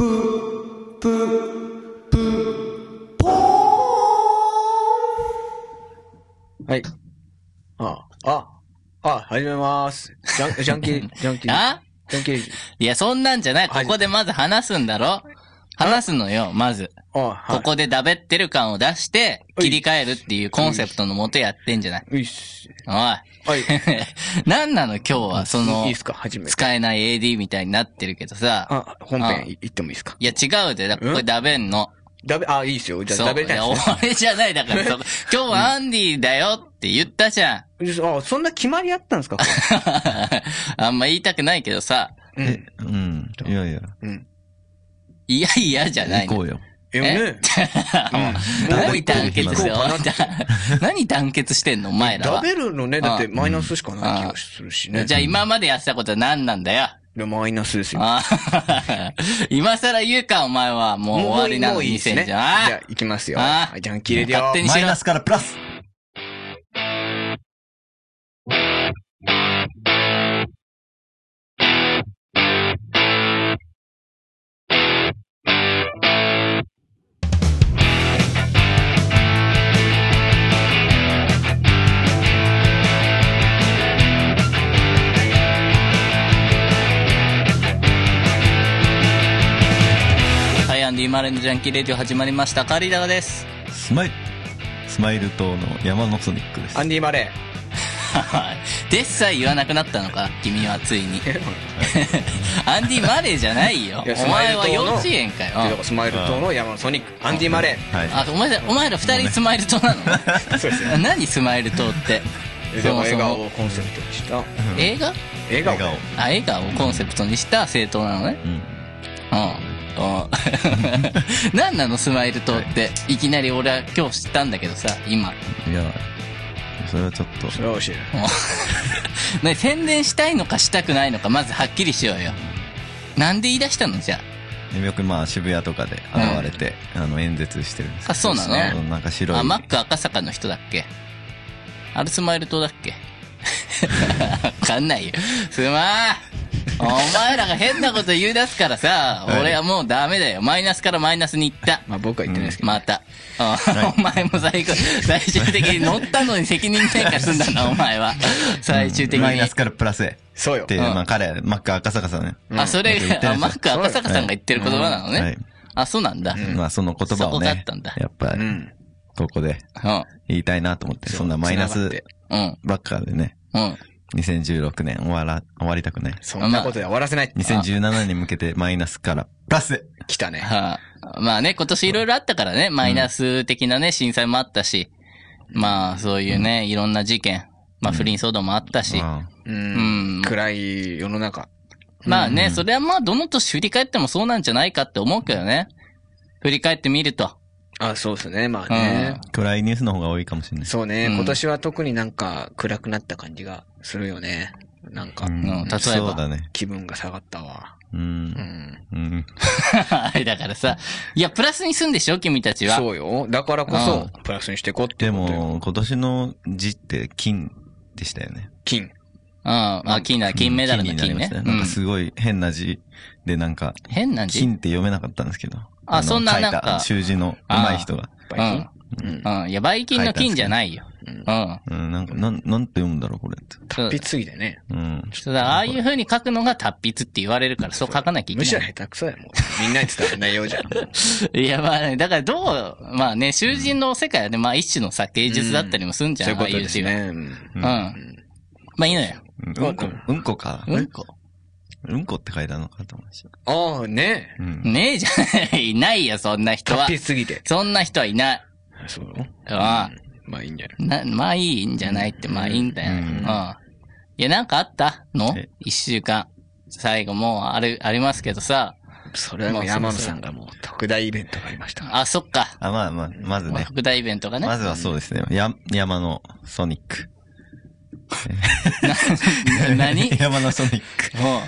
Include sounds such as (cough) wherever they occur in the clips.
ぷ、ぷ、ぷ、ぽーはい。あ、あ、あ、始めます。ジ (laughs) ャン、ジャンキー、ジャンキー。あジャンキー、いや、そんなんじゃない。こはいこでまず話すんだろ話すのよ、まず。あ、はい。ここでだべってる感を出して、はい切り替えるっていうコンセプトのもとやってんじゃない。いいっす。おはい。い。なんなの今日は、 (laughs) そのいいっ、すか、始め。使えない AD みたいになってるけどさ。あ、本編い行ってもいいっすか。いや、違うで。だからこれだべんの。だべ、あ、いいっすよ。じゃそあ、う。だべりいたいっやすね俺じゃない。だ (laughs) から、そ今日はアンディだよって言ったじゃん。 (laughs) あ、そんな決まりあったんですかこれあんま言いたくないけどさ。うん。うん。いやいや。うん。いやいやじゃない行のこ。うよ。え、ね。う (laughs) んもう何一個団結してんの行こうかな (laughs) 何団結してんのお前らダは。ベルのね、だってマイナスしかない気がするしね。じゃあ今までやってたことは何なんだよ。でマイナスですよ。あー (laughs) 今更言うか、お前は。もう終わりなものういいっす2000ねじじゃん。ゃあ、行きますよ。あーはいじゃん、切れるよ。勝手にマイナスからプラス。はい、アンディ・マレンのジャンキーレディオ始まりました。カリダガです。 (laughs) スマイル。スマイル島の山のソニックです。アンディ・マレでっさえ言わなくなったのか、君はついに。 (laughs) ー。アンディ・マレーじゃないよ。いやお前はスマイル幼党の稚園かだかよ。らスマイル島の山のソニック、アンディ・マレはい。あ、お前ら、お前ら二人スマイル党 (laughs) なのー。そうですよ。何スマイル党って。でそももそ笑顔も。をコンセプトにした。うん映画笑顔笑。顔。あ、笑顔をコンセプトにした政党なのね。うん。うん。うん。何なのスマイル党って。いきなり俺は今日知ったんだけどさ、今。いや、それはちょっと。それは教える。ね、宣伝したいのかしたくないのか、まずはっきりしようよ。なんで言い出したのじゃよくまあ渋谷とかで現れて、あの演説してるんですけどあそうなのそうなんか白いあ。あ、マック赤坂の人だっけあれスマイル党だっけ (laughs) わかんないよ。すまーん。お前らが変なこと言い出すからさ、はい俺はもうダメだよ。マイナスからマイナスに行った。まあ僕は言ってないですけど。また。あお前も最 (laughs) 後、最終的に乗ったのに責任転嫁すんだな、お前は。最終的マイにナ。スからプラスへそうよって、。まあ彼、マック赤坂さんね。あ、それうん言ってるんですよが、あマック赤坂さんが言ってる言葉なのはねい。。あ、そうなんだ。まあその言葉そこをだっねたんだ、やっぱうりん。ここでうん。言いたいなと思って、そんなマイナつながっスてうん。ばっかでね、うん。 2016年終わら、終わりたくない。そんなことで終わらせない。 2017年に向けてマイナスからプラスへ来たね。はあ、まあね、今年いろいろあったからね、マイナス的なね、震災もあったし、まあそういうね、いろんな事件、まあ不倫騒動もあったし、あううんん。暗い世の中。まあね、それはまあどの年振り返ってもそうなんじゃないかって思うけどね。振り返ってみると。あ、そうですね。まあうんね。暗いニュースの方が多いかもしれない。そうね。うん今年は特になんか暗くなった感じがするよね。なんかう、んうん例えばそうだね。気分が下がったわ。う。うんん。うん。はい、だからさ、いや、プラスにすんでしょ君たちは。そうよ。だからこそ、プラスにしていこうってでことよ。も、今年の字って金でしたよね。金。うん。あ、金だ、金メダルの金になねりまし。たうなんんかすごい変な字でなんか、変な字。金って読めなかったんですけど。あそんな書いたなんか習字の上手い人が。うバイんト。うん。うん。いや、バイキンの金じゃないよ。うん。うん、なんか、なん、なんて読むんだろう、これって。そう達筆すぎてね。うん。そうだ、ああいう風に書くのが達筆って言われるから、そう書かなきゃいけない。むしろ下手くそやもん。みんなに伝わらないようじゃん。いや、まあね、だからどう、まあね、囚人の世界はね、まあ一種のさ、芸術だったりもするんじゃそういん、うあこあとです字は。ね。う。うんんまあいいのよ。うんうんこ、うんこか。うんこ。うんこって書いてあるのかと思いました。ああ、ねうん。ねえじゃない、い (laughs) ないよ、そんな人達は筆。すぎて。そんな人はいない。そう。あまあいいんじゃないな、まあいいんじゃないって、まあいいんだよ。ううんん。いや、なんかあったのえ一週間。最後もう、あれ、ありますけどさ。それはもう山野さんがもう特大イベントがありました。あ、そっか。あ、まあまあ、まずまあね。副大イベントがね。まずはそうですね。や、山のソニック。 (laughs) 何 (laughs) 山のソニッもう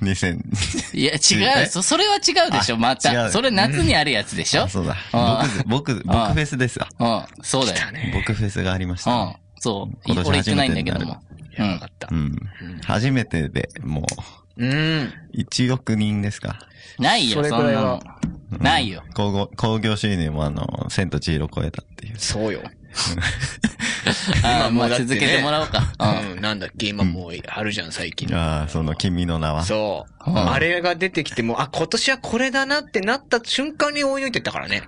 ク。2000。いや、違う。えそ、それは違うでしょ、ま違た。うそれ夏にあるやつでしょあそうだ。あ僕、僕、僕あフェスですわ。うん、そうだよ。だね。僕フェスがありましうたんね。、そう。い今年俺行ってないんだけ初どめてにもな。うやばかん。ったう。ん。初めてで、もう、うん。 1億人ですか。ないよ、それそくんらいなはの。な (laughs) いよ。興行興行収入もあの、千と千尋超えたっていう。そうよ。ああ、ももううだってね続けてもらおうか。うん。うん。なんだっけ、今もうあるじゃん、最近。ああ、その君の名は。そう。うんあれが出てきても、あ、今年はこれだなってなった瞬間に追い抜いてったからね。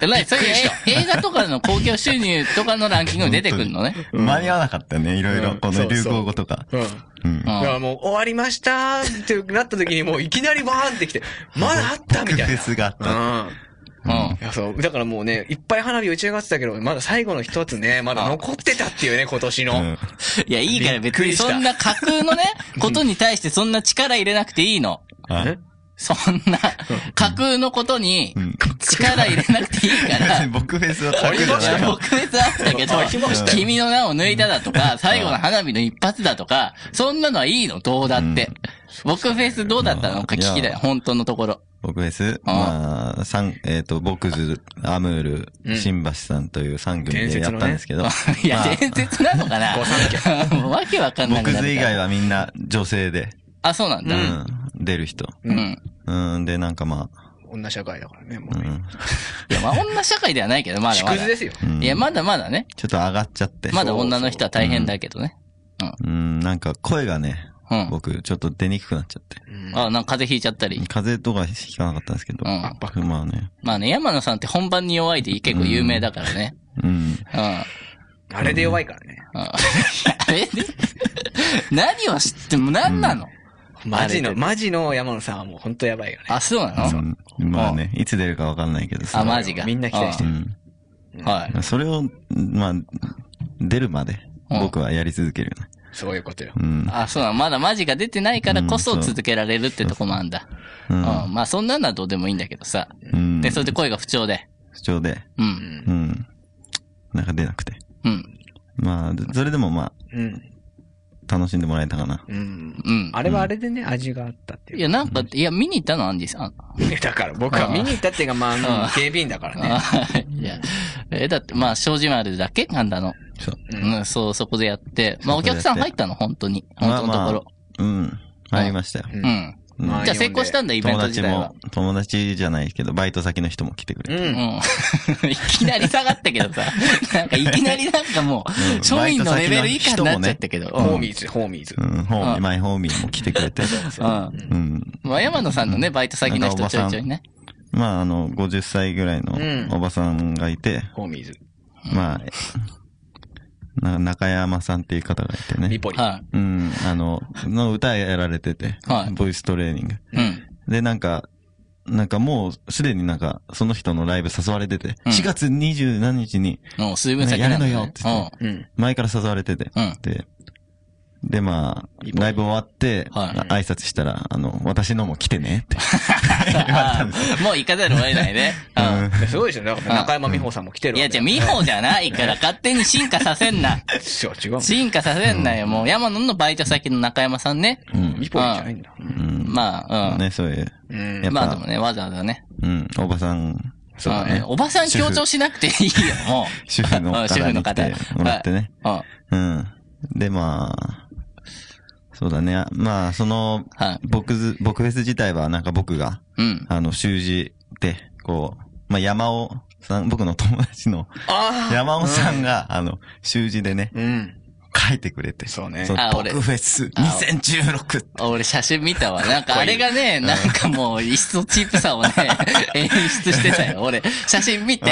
で、なに、そういうえ映画とかの公共収入とかのランキングも出てくるのね。間に合わなかったね、いろいろ。うんこそうの流行語とか。うん。うんう。んだからもう終わりましたーってなった時にもういきなりバーン (laughs) ってきて、まだあったみたいな。フェスがあった。うん。うん。いや、そう。だからもうね、いっぱい花火打ち上がってたけど、まだ最後の一つね、まだ残ってたっていうね、今年の。うんいや、いいから別びっくにりしたそんな架空のね、ことに対してそんな力入れなくていいの。あえそんな、架空のことにうん力入れなくていいか (laughs) ら。僕フェスは高いじゃない僕よ。別あったけどあ来ました、君の名を抜いただとか、最後の花火の一発だとか、そんなのはいいの、どうだって。僕フェスどうだったのか聞きいたい、や本当のところ。僕フェス、まあ、三、えっと、僕ズ、アムーうル、ん新橋さんという3組伝で説やのねったんですけど、 (laughs) いやまあ、伝説なのかなご三もう (laughs) わけわかんな僕くなるからズ以外はみんな女性で、あ、そうなんうだ。ん、出る人。うん。うん、で、なんかまあ、女社会だからね、もうう。ん、いや、まあ、女社会ではないけど、まだま縮だ図。ですよ。うんいや、まだまだね。ちょっと上がっちゃって。まだ女の人は大変だけどね。うん、なんか声がね、うん。僕、ちょっと出にくくなっちゃって。うんあ、なんか風邪ひいちゃったり。風邪とかひかなかったんですけどう、ん。圧迫。まあね、まあね、山野さんって本番に弱いで結構有名だからね。うん。うん。うん (laughs) あれで弱いからね。あれ何を知っても何なのマジあれの、でマジの山野さんはもうほんとやばいよね。あ、そうなのうんまあね、いつ出るかわかんないけどさ。あ、マジか。みんな期待してうるん。うんはい。それを、まあ、出るまで、うん僕はやり続けるよね。そういうことよ。うん。あ、そうなの。まだマジが出てないからこそうんそう続けられるってとこもあんだ。う。うんん。まあ、そんなのはどうでもいいんだけどさ。うん。で、それで声が不調で。不調で、うう。んんう。ん。なんか出なくて。うん。まあ、それでもまうん。あ、楽しんでもらえたかな。うん。うん。あれはあれでね、味があったっていいや、う。なんか、いや、見に行ったのアンディさん。 (laughs) だから僕は見に行ったっていうか、まあ、警備員だからね。 (laughs) いや、え、だって、まあ、庄司丸だっけなんだの。そう。うん、そう、そこでやって。まそあ、こおでやって客さん入ったの、本当に。本当のとこうろ。ん。入りましたよ。ううんん。うんまあじゃあ成功したんだ、イベン友ト自達体はも。、友達じゃないけど、バイト先の人も来てくう。れて。うんん。 (laughs) いきなり下がったけどさ。なんか、いきなりなんかもう、うん庶民のレベル以下になっちゃったけど。ホーうんミーズ、ホーミーズう。ん、ホーミうー、んマイホーミーも来てくれ (laughs) て。うん。うん。まあ、山野さんのね、バイト先の人ちょいちょいね。まあ、あの、50歳ぐらいうんのおばさんがいて、ホーミーズ。まあ、な中山さんっていう方がいてねリ。ポリ。はうん、あの、の歌やられてて、はいボイストレーニング。い。うん。で、なんか、なんかもうすでになんか、その人のライブ誘われてて、うん4月27日にもう、水分先なんだやるのよって言っうん。前から誘われてて、うん。うん。で、で、まあ、ライブ終わって、はい挨拶したら、あの、私のも来てねって (laughs) 言われたんですよ。もう行かざるを得ないね。うん。すごいでしょだから中山美穂さんも来てるわいけや、じゃあ、美穂じゃないから、勝手に進化させんな。そう、違うもん。進化させんなよ。もう、山野のバイト先の中山さんね。うんミポリンじゃないんだ。うんまあ、ね、そういう、う。うんん。まあでもね、わざわざね。うん、おばさん、そうだねん。おばさん強調しなくていいよ、もう。主婦のうん方 (laughs) 主婦のに来方てもらってね。うん。はうん。で、まあ、そうだね。まあ、その、い。僕ず、僕フェス自体はなんか僕が、うん。あの、習字で、こう、まあ、山尾さん、僕の友達のああ山尾さんが、あの、習字でね、うん。書いてくれて。そうねのあ俺僕フェス2016って。俺写真見たわ。なんかあれがね、なんかもう、一層チープさ (laughs) をね、演出してたよ。俺、写真見て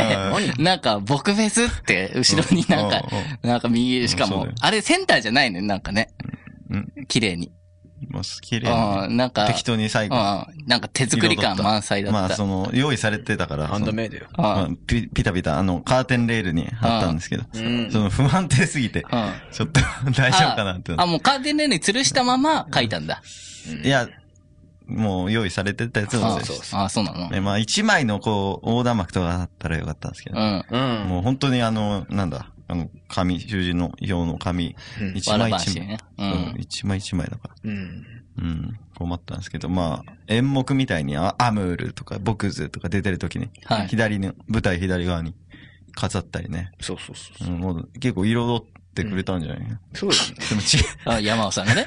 う、なんか、僕フェスって、後ろになんかうんうん、なんか右、しかそうもだよ、あれセンターじゃないね、なんかねうん。綺麗に。もう綺麗に。うん、なんか、適当に最後。うん、なんか手作り感満載だった。まあ、その、用意されてたから。ハンドメイドよ。そのまあうん。ピピタピタ、あの、カーテンレールに貼ったんですけど、うんその不安定すぎて、うん。ちょっと大丈夫かなってなってあ、もうカーテンレールに吊るしたまま書いたんだ。いや、もう用意されてたやつをあそうそうあ、そうなのねまあ一枚のこう、横断幕とかあったらよかったんですけど、うん。うん。もう本当にあの、なんだ、あの、紙、習字の表の紙、うん一わら枚ば一し枚、ね。ううんん。一枚一枚だから。うん。うん、困ったんですけど、まあ、演目みたいにあアムールとかボクズとか出てる時に、はい左の、舞台左側に飾ったりね、そうそうそううんもう結構色々ってくれたんじゃない、そうですね。でもち、 (laughs) あ山尾さんがね。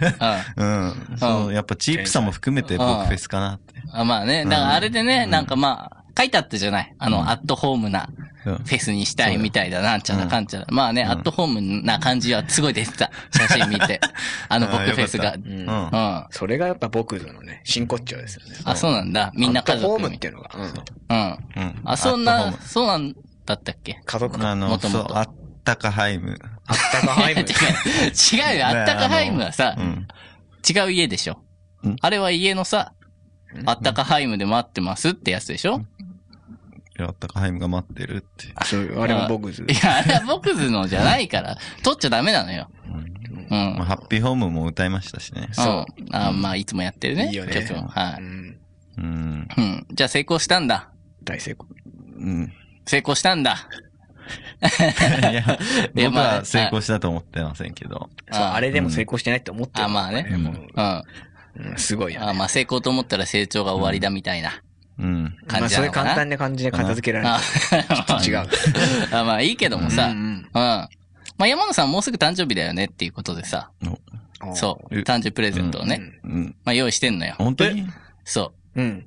ううん。そう、やっぱチープさも含めて僕うんフェスかなって。んあ。まあね、だからあれでね、なんかまあ、書いてあったじゃない。あの、アットホームなうんフェスにしたいみたいだ、なんちゃらかんちゃら。まあね、アットホームな感じはすごい出てた。写真見 (laughs) て。あの、あ僕ーフェスが。よかう。っうんん。うん。あ、それがやっぱ僕のね、真骨頂ですよね。そうなんだ。みんな家アットホー族ムにっ。ていうのが、うん。うん。うん。あ、そんアットホな、ーそうなんだったっけ家族ム感。あの、元そ々う、あったかハイム。あったか (laughs) ハイム。違うよ、あったかハイムはさう、ん。違う家でしょうん。あれは家のさ、あったかハイムで待ってますってやつでしょいやあったかハイムが待ってるって。そう、あれも僕ず。いや、あれは僕ズのじゃないから、取っちゃダメなのよ。うんうん。まあ、ハッピーホームも歌いましたしね。そう。あまあ、いつもやってるね。いいよね曲も。はうい。ん。うん。うん。じゃあ成功したんだ。大成功。 (laughs) うん。成功したんだ。いや、いや僕まあは成功したと思ってませんけど。そう、あれでも成功してないって思ってるあまあねでもうん。あうんすごいよね。まあ、成功と思ったら成長が終わりだみたいなうん。ま感あじそなれのか簡な。単な感じで片付けられるあ。違う。 (laughs) あまあ、いいけどもさ、ううん。んまあ、山野さんもうすぐ誕生日だよねっていうことでさ、うんそう。え誕生日プレゼントをね、うん。まあ、用意してんのよ。本当にそう。うん。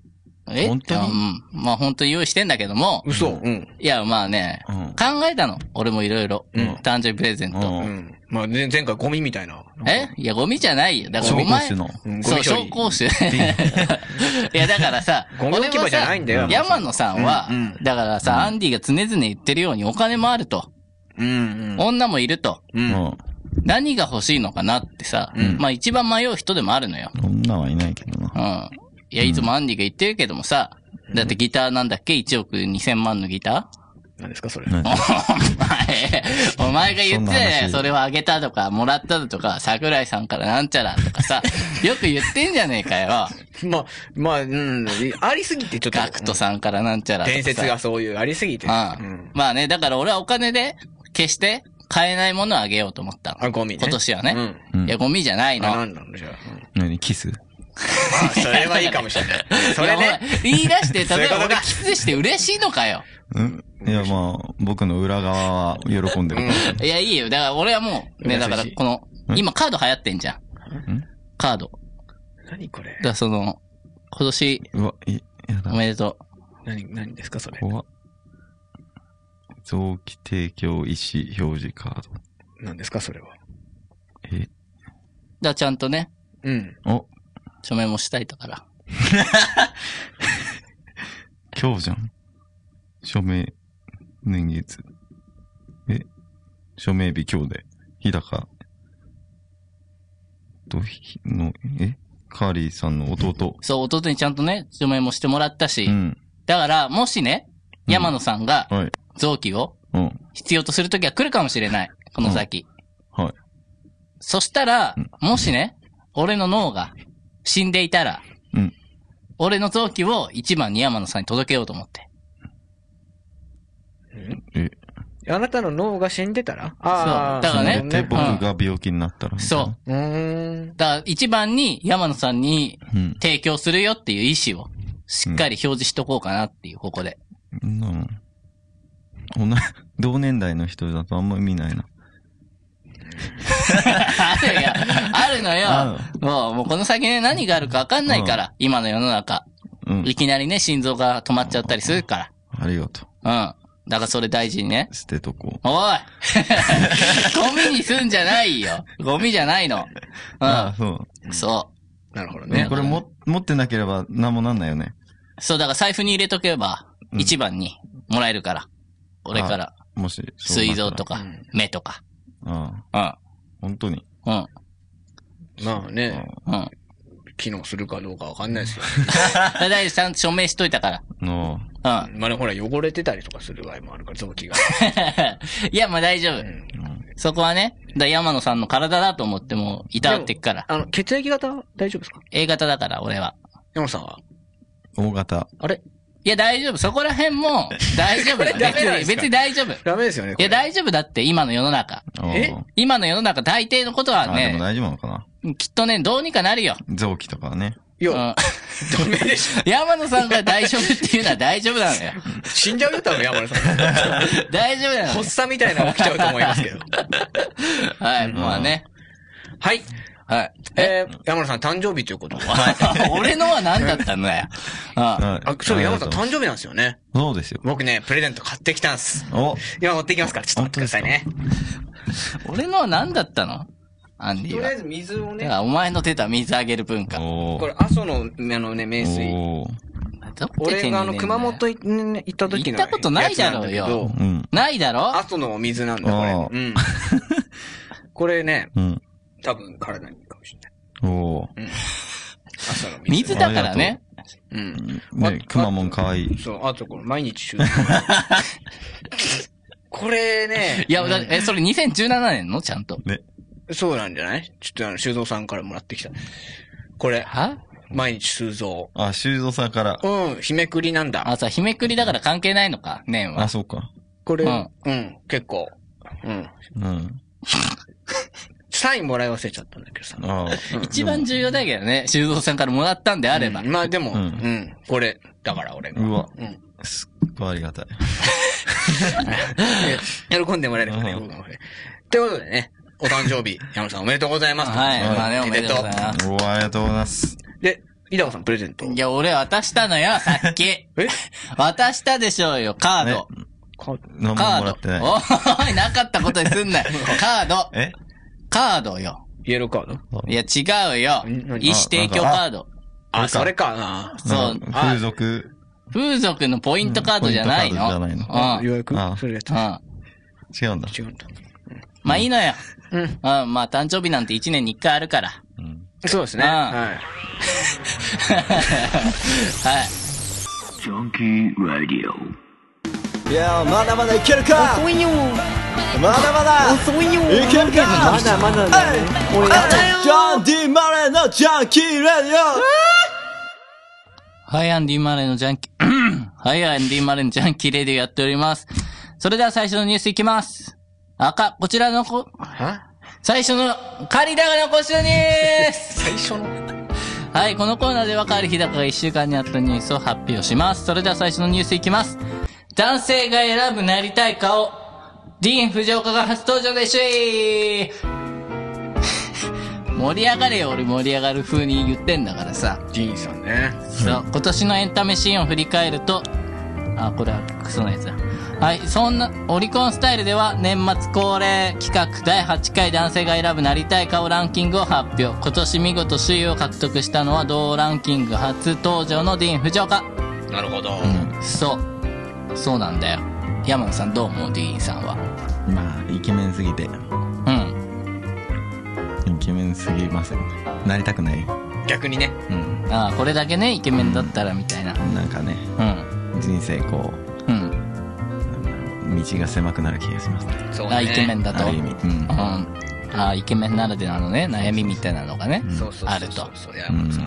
え本当にうん。まあ本当に用意してんだけども、嘘。うん。いや、まあね、うん考えたの。俺もいろいろうん。誕生日プレゼント。ううんん。まあ、ね前回ゴミみたいな。えいや、ゴミじゃないよ。だから紹お興前酒、の。 (laughs) うんゴそミう、処紹理。 (laughs) 興酒。いや、だからさ、ゴミ置き場じゃないんだよ俺はさ山野さんはうんうん、だからさ、アンディが常々言ってるようにお金もあると。うん女もいると。うん。うん。何が欲しいのかなってさ、まあ一番迷う人でもあるのよ。うん。女はいないけどなう。ん。いや、いつもアンディが言ってるけどもさ、だってギターなんだっけ ?1 億2000万のギター何ですか、それ。ねお前、お前がそ言ってたじゃないんな話それをあげたとか、もらっただとか、桜井さんからなんちゃらとかさ、よく言ってんじゃねえかよ。 (laughs) まあ、まあ、うん。ありすぎてちょっと。ガクトさんからなんちゃらとか伝さ。説がそういう、ありすぎて。うん。うんまあね、だから俺はお金で、決して買えないものをあげようと思ったの。あ、ゴミね。今年はね。ううんいや、ゴミじゃないん。の。あ、なんなのじゃあ。うん何キスまあ、それはいいかもしれない。それ (laughs) いやね。お前言い出して、 (laughs) そうい例えうことばね俺キスして嬉しいのかよ。うん。いや、まあ、僕の裏側は喜んでるかもしれないや、いいよ。だから俺はもう、ね、優しだいからこの、今カード流行ってんじゃん。い。んカード。何これだからその、今年、うわ、い、やおだ。めでと何、何ですか、それ。怖っ臓器提供意思表示カード。何ですか、それは。え、う。だからちゃんとね、うん。お、署名もしたいだから。今日じゃん。署名、年月。え、署名日今日で。日高。と、ひの、え、カーリーさんの弟。そう、弟にちゃんとね、署名もしてもらったし。うん。だから、もしね、うん山野さんがはい。臓器をうん。必要とするときは来るかもしれない。この先。はい。そしたらうん、もしね、俺の脳が死んでいたら、うん。俺の臓器を一番に山野さんに届けようと思って。え、あなたの脳が死んでたらああ、そうだからねそうで、ね僕が病気になったら。そうーん。だから、一番に山野さんにう。うん。提供するよっていう意思を、しっかり表示しとこうかなっていう、(laughs) ここで。うん。おな、 (laughs) 同年代の人だとあんま見ないな。あるよ。あるのよ。もう、もうこの先ね、何があるかわかんないから、今の世の中。うん。いきなりね、心臓が止まっちゃったりするかありがとら。うん。だからそれ大事にね。う。捨てとこう。おい (laughs) ゴミにすんじゃないよ。ゴミじゃないの。ああ、うそん。そなるほどう。ね。これも、持ってなければ何もなんないよね。う。そう、だから財布に入れとけば、うん一番にもらえるから。俺から。もし。そうな膵ったら臓とかうん、目とか。ああ、うん。本当に。うん。まあね、うん。機能するかどうかわかんないですよ。大事ちゃんと署名しといたかの、ら。うん。まあね、ほら、汚れてたりとかする場合もあるから、臓器が。 (laughs) いや、まあ大丈夫。うんそこはね、だから山野さんの体だと思っても、いたわってっから。あの、血液型大丈夫ですか A 型だから、俺は。山本さんは大型。あれいや、大丈夫。そこら辺も、大丈夫だこよ。れダ別メなんでに、すか別に大丈夫。いダメですよね。これや、大丈夫だって、今の世の中。えあ今の世の中、大抵のことはああ、でもね、大丈夫なのかなきっとね、どうにかなるよ。臓器とかはね。いや、うんダメでしょ。山野さんが大丈夫っていうのは大丈夫なのよ。死んじゃうよ、多分山根さん。 (laughs) 大丈夫なのよ発。作みたいなの起きちゃうと思いますけど。はい、まあね。 (laughs) はい。はい。え、えー、山野さん誕生日ということで。俺のは何だったんだよ。うん。はいあ、そう、山野さんありがとう誕生日なんですよね。そうですよ。僕ね、プレゼント買ってきたんす。お、今持ってきますから、ちょっと待ってくださいね。俺のは何だったのアンディとりはあえ。ず水をだかね、らお前の出た水あげる文化。おこれ、阿蘇の、あのね、名水。おーどこで手俺に入れんだよがあの、熊本行った時の。行ったことないだろうよやつなんだけどうん。ないだろ阿蘇のお水なんだ、あこーれ。うん。これね、うん。多分体にいいかもしれない。おー阿蘇の水。水だからね。うん。ねあ、くまモンかわいい。そう、あとこれ、毎日収納 (laughs) これね。いや、だえ、それ2017年のちゃんと。ね。そうなんじゃないちょっとあの、修造さんからもらってきた。これ、は毎日修造。あ、修造さんから。うん、日めくりなんだ。あ、さ、日めくりだから関係ないのか、年あ、は。そうか。これ、ううんん、結構。うん。うん。サインもらい忘れちゃったんだけどさ。ああ。一番重要だけどね、修造さんからもらったんであれば。まあでも、ううんん、これ、だから俺が。うわ、うん。すっごいありがたい。喜んでもらえるからね、うん僕がこれ。ということでね、お誕生 (laughs) 日、山田さんおめでとうございます。はい、はいまあね、おめでとうございます。おーありがとうございます。で、伊田子さんプレゼント。いや、俺渡した (laughs) のよ、さっき。え渡したでしょうよ、カーねド。か何もカもらってーないド。。おい、なかったことに (laughs) すんなよ。カード。えカードよ。イエローカードいや、違うよん。何意思提供カード。あ、それかな。そうなんか風俗。風俗のポイントカードじゃないの。うんポイントカう予ん。約あそれやっうた。ん。違うんだ。違うんだ。まあいいのよ。うんうん。まあ誕生日なんて1年に1回あ (laughs) るから。うん。そうですね。あはい。はい。いやーまだまだいけるか遅いよまだまだ遅いよいけるかまだまだだね俺やだよジャン・ディ・マレーのジャンキー・レディオはい、アンディ・マレーのジャンキ (clears throat) ー、はい、アンディ・マレーのジャンキーレディをやっております。それでは最初のニュースいきます。赤、こちらのこ、最初の、カリダが残したニュース最初のはい、このコーナーではカリヒダカが1週間にあったニュースを発表します。それでは最初のニュースいきます。男性が選ぶなりたい顔、ディーン・フジオカが初登場でしゅい (laughs) 盛り上がれよ、俺盛り上がる風に言ってんだからさ。ディーンさんね。そう、今年のエンタメシーンを振り返ると、あ、これはクソのやつだ。はい、そんな、オリコンスタイルでは年末恒例企画第8回男性が選ぶなりたい顔ランキングを発表。今年見事首位を獲得したのは同ランキング初登場のディーン・フジオカ。なるほど。そう。そうなんだよ。山野さんどう思うディーンさんは。まあイケメンすぎてうん。イケメンすぎますよねなりたくない逆にね。うんああ、これだけね、イケメンだったらみたいな。なんかねうん。人生こううん。道が狭くなる気がしますねそうね。あ、イケメンだと。ある意味うんうん。ああ、イケメンならではのね、悩みみたいなのがね。そうそうそうそう。あるとそう、山野さ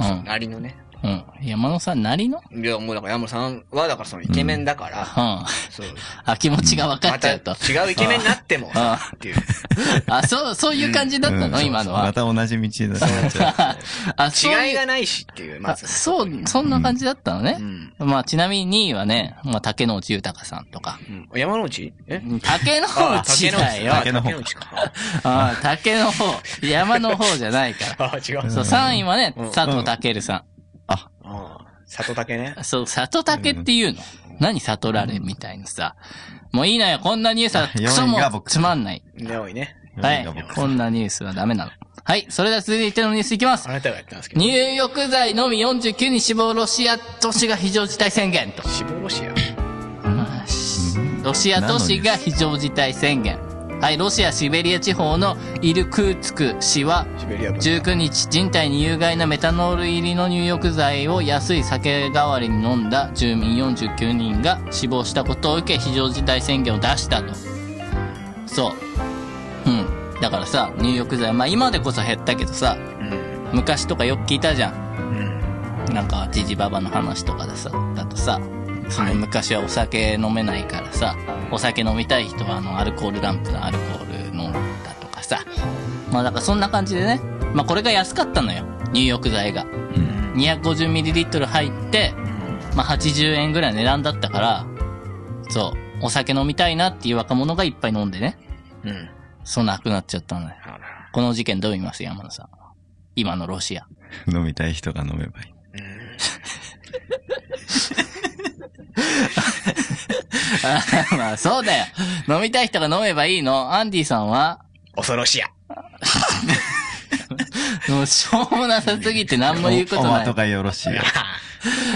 うんん。ありのね。うん。山野さんなりのいや、もうだから山野さんは、だからそのイケメンだから、うん。あ、そう。気持ちが分かっちゃうと。違うイケメンになっても、あっていう。あ、そう、そういう感じだったの、うん今のまは。た同じ道だなっちゃうあ、そうい (laughs) う違いがないしっていう、まあず。そう、そんな感じだったのうね。ん。まあ、ちなみに2位はね、まあ、竹野内豊さんとか。うん山の内え竹野あ内だよ。竹の竹の内あ竹の内か。あ竹の方。山の方じゃないから。あ、違う。そう、3位はね、佐藤健さあ里竹ね。ん。そう、里健っていうの。何悟られみたいなさ。もういいなよ、こんなニュースはクソも四位が僕つまんない。ね、多いね。は四位がい。僕こんなニュースはダメなの。はい。それでは続いてのニュースいきますあ。なたがやったんですけど。入浴剤のみ49人死亡ロシア都市が非常事態宣言と。死亡ロシア。まあしロシア都市が非常事態宣言。はい。ロシアシベリア地方のイルクーツク市はシベリア文化19日、人体に有害なメタノール入りの入浴剤を安い酒代わりに飲んだ住民49人が死亡したことを受け非常事態宣言を出したと。そう。うん。だからさ、入浴剤、まあ今でこそ減ったけどさ、うん。昔とかよく聞いたじゃん。うん。なんか、ジジババの話とかでさ、だとさ、その昔はお酒飲めないからさ、お酒飲みたい人はあの、アルコールランプのアルコール飲んだとかさ。まあだからそんな感じでね、まあこれが安かったのよ、入浴剤が。うん 250ml 入って、まあ、80円ぐらいの値段だったから、そう、お酒飲みたいなっていう若者がいっぱい飲んでね。うん。そうなくなっちゃったのよ。あらこの事件どう見ます山田さん。今のロシア。飲みたい人が飲めばいい。あ (laughs) まあ、そうだよ。飲みたい人が飲めばいいの。アンディさんは、恐ろしや。もうしょうもなさすぎて何も言うことおな後い。がよろし (laughs) いよ。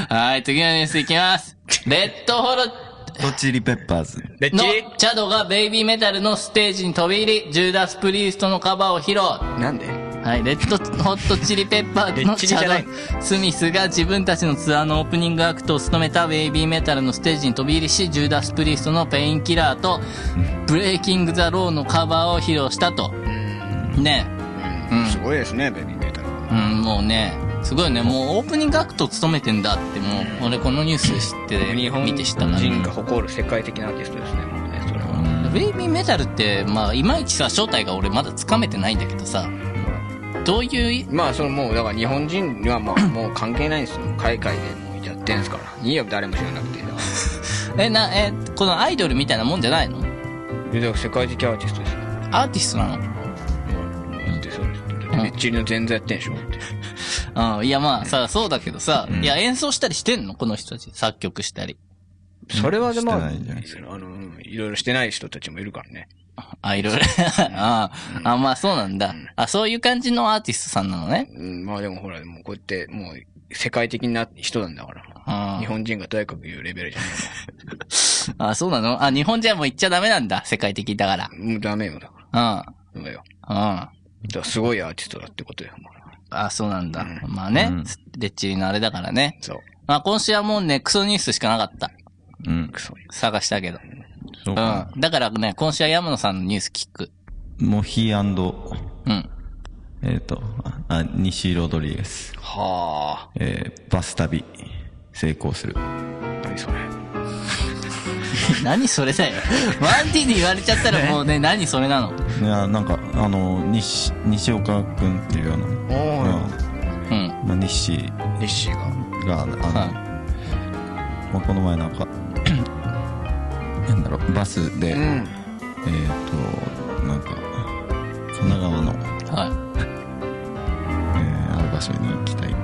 はい、次のニュースいきます。レッドホロホッチリペッパーズ。でっちのチャドがベイビーメタルのステージに飛び入り、ジューダス・プリーストのカバーを披露。なんではい、レッドホットチリペッパーズレッのチリチじゃなャいド・スミスが自分たちのツアーのオープニングアクトを務めたベイビーメタルのステージに飛び入りし、ジューダス・プリーストのペインキラーと、ブレイキング・ザ・ローのカバーを披露したと。ねうん。すごいですね、ベビーメタル。うん、もうね、すごいね、もうオープニングアクト務めてんだって、もう、俺このニュース知って、日本見て知ったから。人が誇る世界的なアーティストですね、もうね、それは。ベイビーメタルって、まあ、いまいちさ、正体が俺まだつかめてないんだけどさ、どういう、まあ、そのもう、だから日本人にはまあ、もう関係ないんですよ。海外でもうやってんすから。いいよ、誰も知らなくて。だかえ、な、え、このアイドルみたいなもんじゃないのらいやだから世界的アーティストですよ。アーティストなのだってそうです。だってレッチリの前座やってんでしょ。だってうん、いやまあさ、そうだけどさ、いや演奏したりしてんのこの人たち。作曲したり。それはでも、してあないんじゃないの、うんいろいろしてない人たちもいるからね。あ、いろいろ。 (laughs) ああ、あまあそうなんだ。あ、そういう感じのアーティストさんなのね。うん、まあでもほら、もうこうやって、もう、世界的な人なんだから。あ日本人がとやかく言うレベルじゃないあ、そうなのあ、日本じゃもう言っちゃダメなんだ。世界的だから。もうダメよ、だかうら。そん。うだよ。うん。だからすごいアーティストだってことよ。もうあ、そうなんだ。まあね、レッチリのあれだからね。そう。まあ今週はもうね、クソニュースしかなかった。うん。クソ。探したけど。そうか。うん。だからね、今週は山野さんのニュース聞く。モヒーうん。えっ、と、あ、西ロドリゲス。はえー、バス旅、成功する。あ。何それ。何それだよ。ワンティで言われちゃったらもうね、何それなの。いや、なんか、あの、西、西岡くんっていうような、おまーうん。あ、まあ、西い。日誌が。が、あの、はまあ、この前なん (coughs) か、なんだろう、バスで、えっ、ん。と、なんか、神奈川の、い。はえー、ある場所に行きたいっ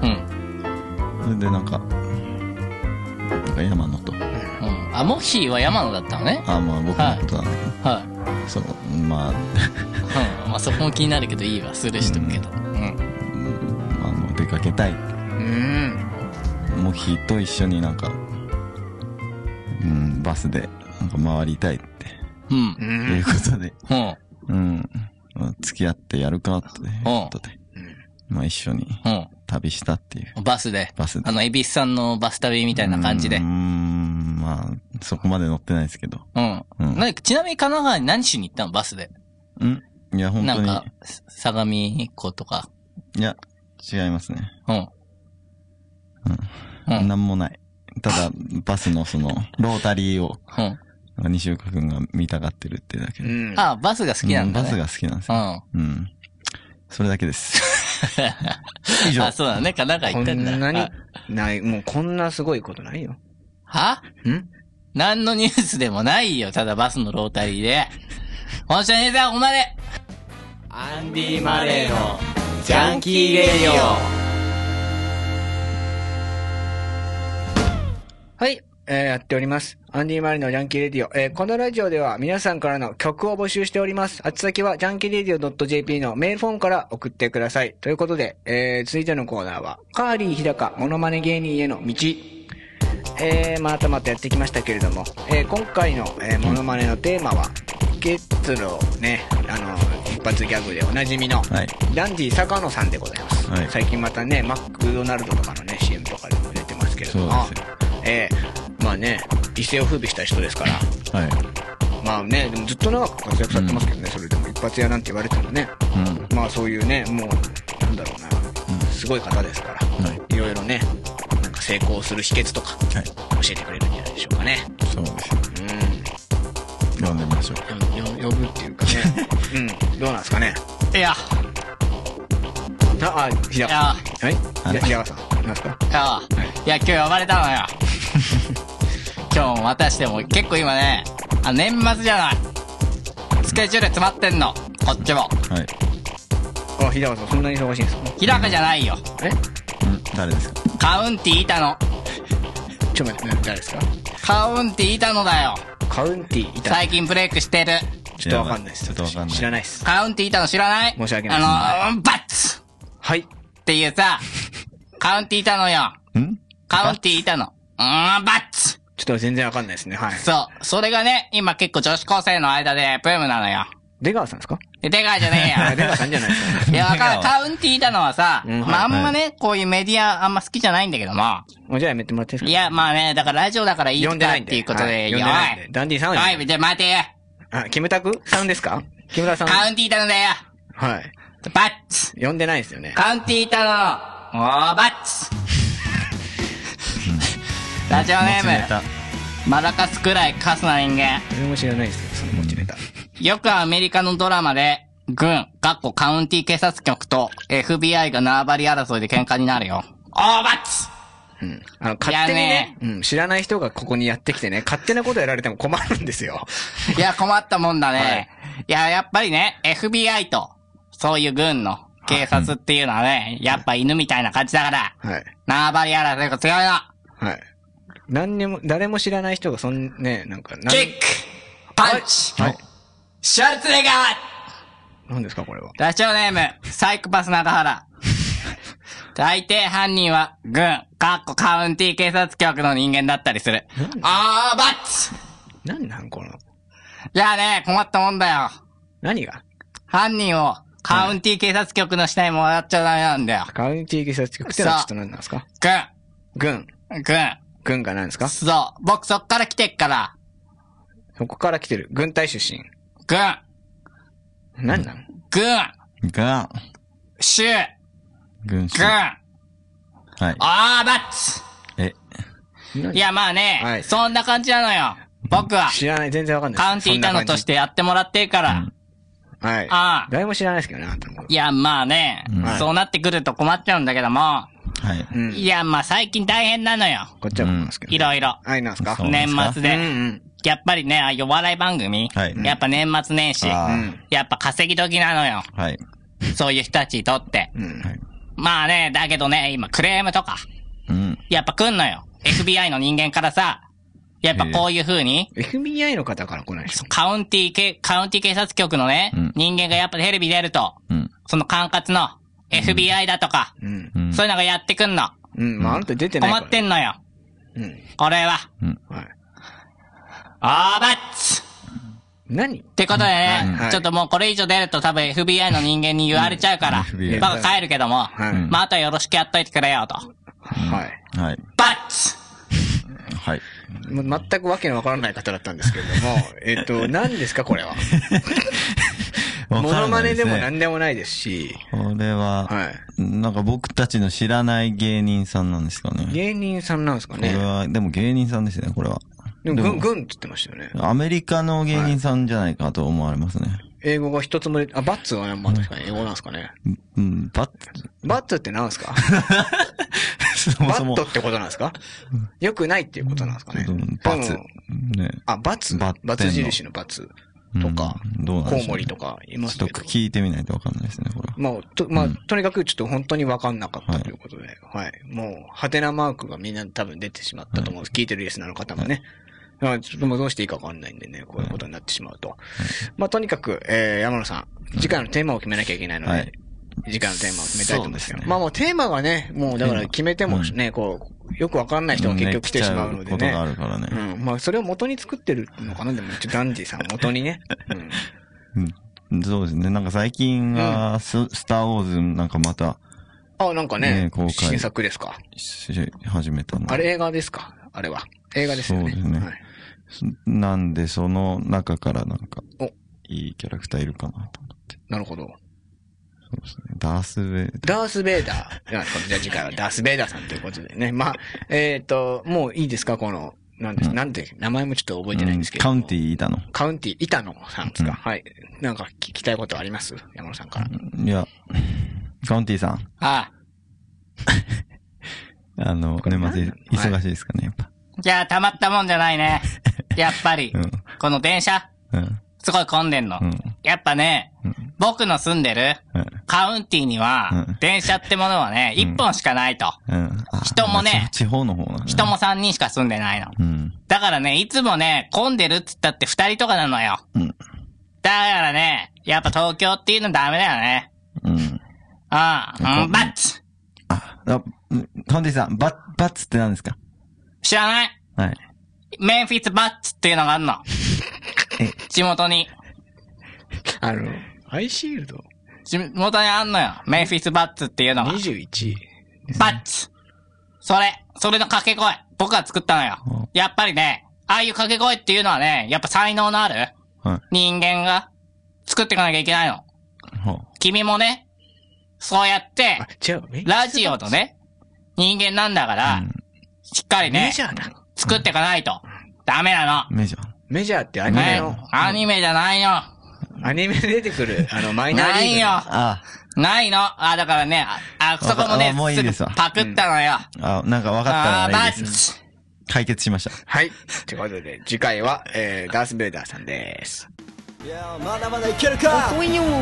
てい。うん。それでなんか、なんか山野と、うん。あ、モッヒーは山野だったのね。あ、まあ僕のことなんだけど、はい。その、まあ、 (laughs) うん。まあそこも気になるけどいいわ。スルーしとくけど。うん。あの、出かけたい。うん。モヒと一緒になんか、うん、バスで、なんか回りたいって、うん。うといん。うことで、うん。うん、まあ付き合ってやるかって、ことで、まあ一緒にう旅したっていう。ん。バスで。バスであの、エビスさんのバス旅みたいな感じでうー。ん、まあ、そこまで乗ってないですけど。うん。うんなんかちなみに神奈川に何しに行ったのバスで。うんいや、本な当んに。か、相模湖とか。いや、違いますね。うん。なうんん、何もない。ただ、バスのその、ロータリーを、うん。なんか西岡くんが見たがってるってだけうで。ん。あ、バスが好きなんだ、ね。うバスが好きなんですよ。が。うん。それだけ (laughs) です。以うん。上あ、。そうだね。神奈こ川行ったんだ。んなにあ、ない、もうこんなすごいことないよ。はん何のニュースでもないよ。ただバスのロータリーで。本社ネタはここまでアンディ・マレーのジャンキー・レディオはい、えーやっております。アンディ・マリのジャンキーレディオ。えーこのラジオでは皆さんからの曲を募集しております。宛先は、ジャンキーレディオ .jp のメールフォームから送ってください。ということで、えー続いてのコーナーは、カーリー日高モノマネ芸人への道。えー、またまたやってきましたけれども、えー今回の、えーモノマネのテーマは、ゲッツのね、あの、一発ギャグでおなじみの、はい。ダンディ坂野さんでございます、はい最近またねマクドナルドとかのね CM とかでも出てますけれどもそうですよええまあね一世を風靡した人ですからはい。まあねでもずっと長く活躍されてますけどね、それでも一発屋なんて言われてもね、まあそういうねもうなんだろうな、すごい方ですから、、はいろいろねなんか成功する秘訣とかはい。教えてくれるんじゃないでしょうかねそうですよ。 (laughs) う読んでみましょんよよ呼ぶっていうかねうんどうなんですかねいや。あ、あ、ひだ。やはいひだひだがさん。なんですかあいや、今日呼ばれたの (laughs) よ。今日もまたしても、結構今ね、あ、年末じゃない。スケジュール詰まってんの。こっちも。はい。あ、ひだがさん、そんなに忙しいんですか日高じゃないよ。えうん誰ですかカウンティ板野。ちょっと待って、誰ですかカウンティ板野だよ。カウンティいた。最近ブレイクしてる。ちょっとわかんないです。ちょっとわかんない知らないです。カウンティ板野知らない申し訳ないあのー、バッツはい。ってい (laughs) うさ、カウンティ板野よ。んカウンティ板野。うーん、バッツちょっと全然わかんないですね。はい。そう。それがね、今結構女子高生の間でブームなのよ。出川さんですかででかいじゃねあ、え出よ。川さんじゃない (laughs) ですかね。いや、わかる。カウンティーだのはさ、うんまあ、あんまね、こういうメディアあんま好きじゃないんだけども。もうじゃあやめてもらっていいいですかや、まあね、だからラジオだからいい呼んでかないっんで。ていうことはで、呼んでないんで。い。ダンディさんは呼おんい、でじゃあ待てよ。ない。あ、キムタクさんですか木村さん。カウンティーだのだよ。はい。バッツ。呼んでないですよね。カウンティーだの、おー、バッツ。ラジオネ持ちネータム、マラカスくらいカスな人間。それも知らないですよ、その持ちネタ。よくアメリカのドラマで、軍、かっこカウンティー警察局と FBI が縄張り争いで喧嘩になるよ。おー、バッツうん。あの、勝手にいやねね、うん、知らない人がここにやってきてね、勝手なことやられても困るんですよ。いや、困ったもんだね。い、や、やっぱりね、FBI と、そういう軍の警察っていうのはね、やっぱ犬みたいな感じだから、はい。縄張り争いが強いの。はい。何にも、誰も知らない人がそん、ね、なんか、なんキックパンチ、はい。シュワルツェネッガー何ですか、これは。ラジオネーム、サイコパス中原。大抵犯人は、軍、かっこカウンティー警察局の人間だったりする。あー、バッツ何なん、この、いやね、困ったもんだよ。何が犯人を、カウンティー警察局の死体にもらっちゃダメなんだよ。カウンティー警察局ってのはちょっと何なんですか軍、軍。軍。軍が何ですかそう。僕そっから来てっから。そこから来てる。軍隊出身。軍、何なん軍、が、州、軍。軍師。はあい。ー、バッツえ、いや、まあね、はいそんな感じなのよ。僕は、知らない、全然わかんないです。カウンティータのとしてやってもらってるから。そんな感じ。はい。ああ誰も知らないですけどね、あんたのこといや、まあね、はいそうなってくると困っちゃうんだけども。はい。うん。いや、まあ最近大変なのよ。こっちはこうなんですけどね。いろいろ。はい、なんですかそう年末で。うんうん。やっぱりね、ああいうお笑い番組、はいやっぱ年末年始、あうんやっぱ稼ぎ時なのよ。はい。そういう人たちにとって。うん。はい。まあね、だけどね、今クレームとか、うん。やっぱ来んのよ。FBI の人間からさ、やっぱこういう風に、 FBI の方から来ないでしょ。カウンティー警、カウンティー警察局のね、うん人間がやっぱテレビ出ると、うん。その管轄の FBI だとか、うん。うん。そういうのがやってくんの。うん。まあ、あんた出てない困から。ってんのよ。うん。これは。はい。あーばっつ何ってことでね、うんはいちょっともうこれ以上出ると多分 FBI の人間に言われちゃうから、うん FBI 僕帰るけども、はいまああとはよろしくやっといてくれよと。はい。はい。バッツはい。もう全くわけのわからない方だったんですけれども、えっと、何ですか、これは。わモからノマないネですねも何でもないですし、これはは、なんか僕たちの知らない芸人さんなんですかね。芸人さんなんですかこれね。は、でも芸人さんですね、これは。でも、軍、軍って言ってましたよね。アメリカの芸人さんじゃないかと思われますね。英語が一つもで、あ、バッツは、まあ確かに英語なんですかね。うん、バッ、バッツって何ですか (laughs) そもバそッもト。ってことなんですか良くないっていうことなんですかね。バツでも。ね。あ、バツバッテンのバツ印のバツとか、うんどうなんコでウしょモうリねとかいちょまっすとけど。聞いてみないとわかんないですね、これは。まあ、と、まあ、とにかくちょっと本当にわかんなかったということで、はい。もう、ハテナマークがみんな多分出てしまったと思う。聞いてるリスナーの方もね。まあ、ちょっともうどうしていいかわかんないんでね、こういうことになってしまうと。まあ、とにかく、えー、山野さん、次回のテーマを決めなきゃいけないので、はい次回のテーマを決めたいと思いますそうよ。ですねまあもうテーマがね、もうだから決めてもね、こう、よくわかんない人が結局来てしまうのでうんね来ちゃうことねがあるからね。うん。まあ、それを元に作ってるのかなでも、ちょダンディさんを元 (laughs) にね。うん。うんそうですね。なんか最近は、ススターウォーズなんかまた、あ、なんかねね公、開新作ですか。し始めたの。あれ映画ですかあれは。映画ですよね。そうですねはいなんで、その中からなんかお、いいキャラクターいるかなと思って。なるほど。そうですね。ダースベイダー。ダース・ベイダー。じゃあ、じゃあ次回はダース・ベイダーさんということでね。まあ、えっ、と、もういいですかこの、なんです、なんて、名前もちょっと覚えてないんですけど。カウンティーいたの。カウンティ、板野さんですか、うんはい。なんか聞きたいことあります山野さんから。いや、カウンティさん。はあの、れ年末いなんなの忙しいですかね、やっぱ。い。じゃあ、たまったもんじゃないね。やっぱり。うんこの電車、うん。すごい混んでんの。うんやっぱね、僕の住んでるうんカウンティには、うん電車ってものはね、一、本しかないと。うん。あ人もね地地方の方なんだね人も三人しか住んでないの。うん。だからね、いつもね、混んでるっつったって二人とかなのよ。うんだからね、やっぱ東京っていうのダメだよね。うん。ああ、う、うんんバッツあ、あうんカウンティさん、バッ、バッツって何ですか知らないはい。メンフィスバッツっていうのがあんの。地元に。あの、アイシールド地元にあんのよ。メンフィスバッツっていうのが。 21位。バッツそれ、それの掛け声。僕が作ったのよ。やっぱりね、ああいう掛け声っていうのはね、やっぱ才能のあるはい人間が作っていかなきゃいけないの。ほう。君もね、そうやってあ、、違う。メイラジオとね、人間なんだから、しっかりメねジ、ャーなの。作っていかないと。ダメなメジャー。メジャーってアニの。メねの、、アニメじゃないの。アニメで出てくる、あの、マイナーリーグなの。いよ。あないの。あ、だからね、あ、あそこもあね、もういいですすぐわパクったのよ。あ、なんか分かあったー、バらいいです。ッチ。解決しました。はい。ということで、次回は、えー、ダース・ベイダーさんです。いやまだまだいけるか遅いよまだ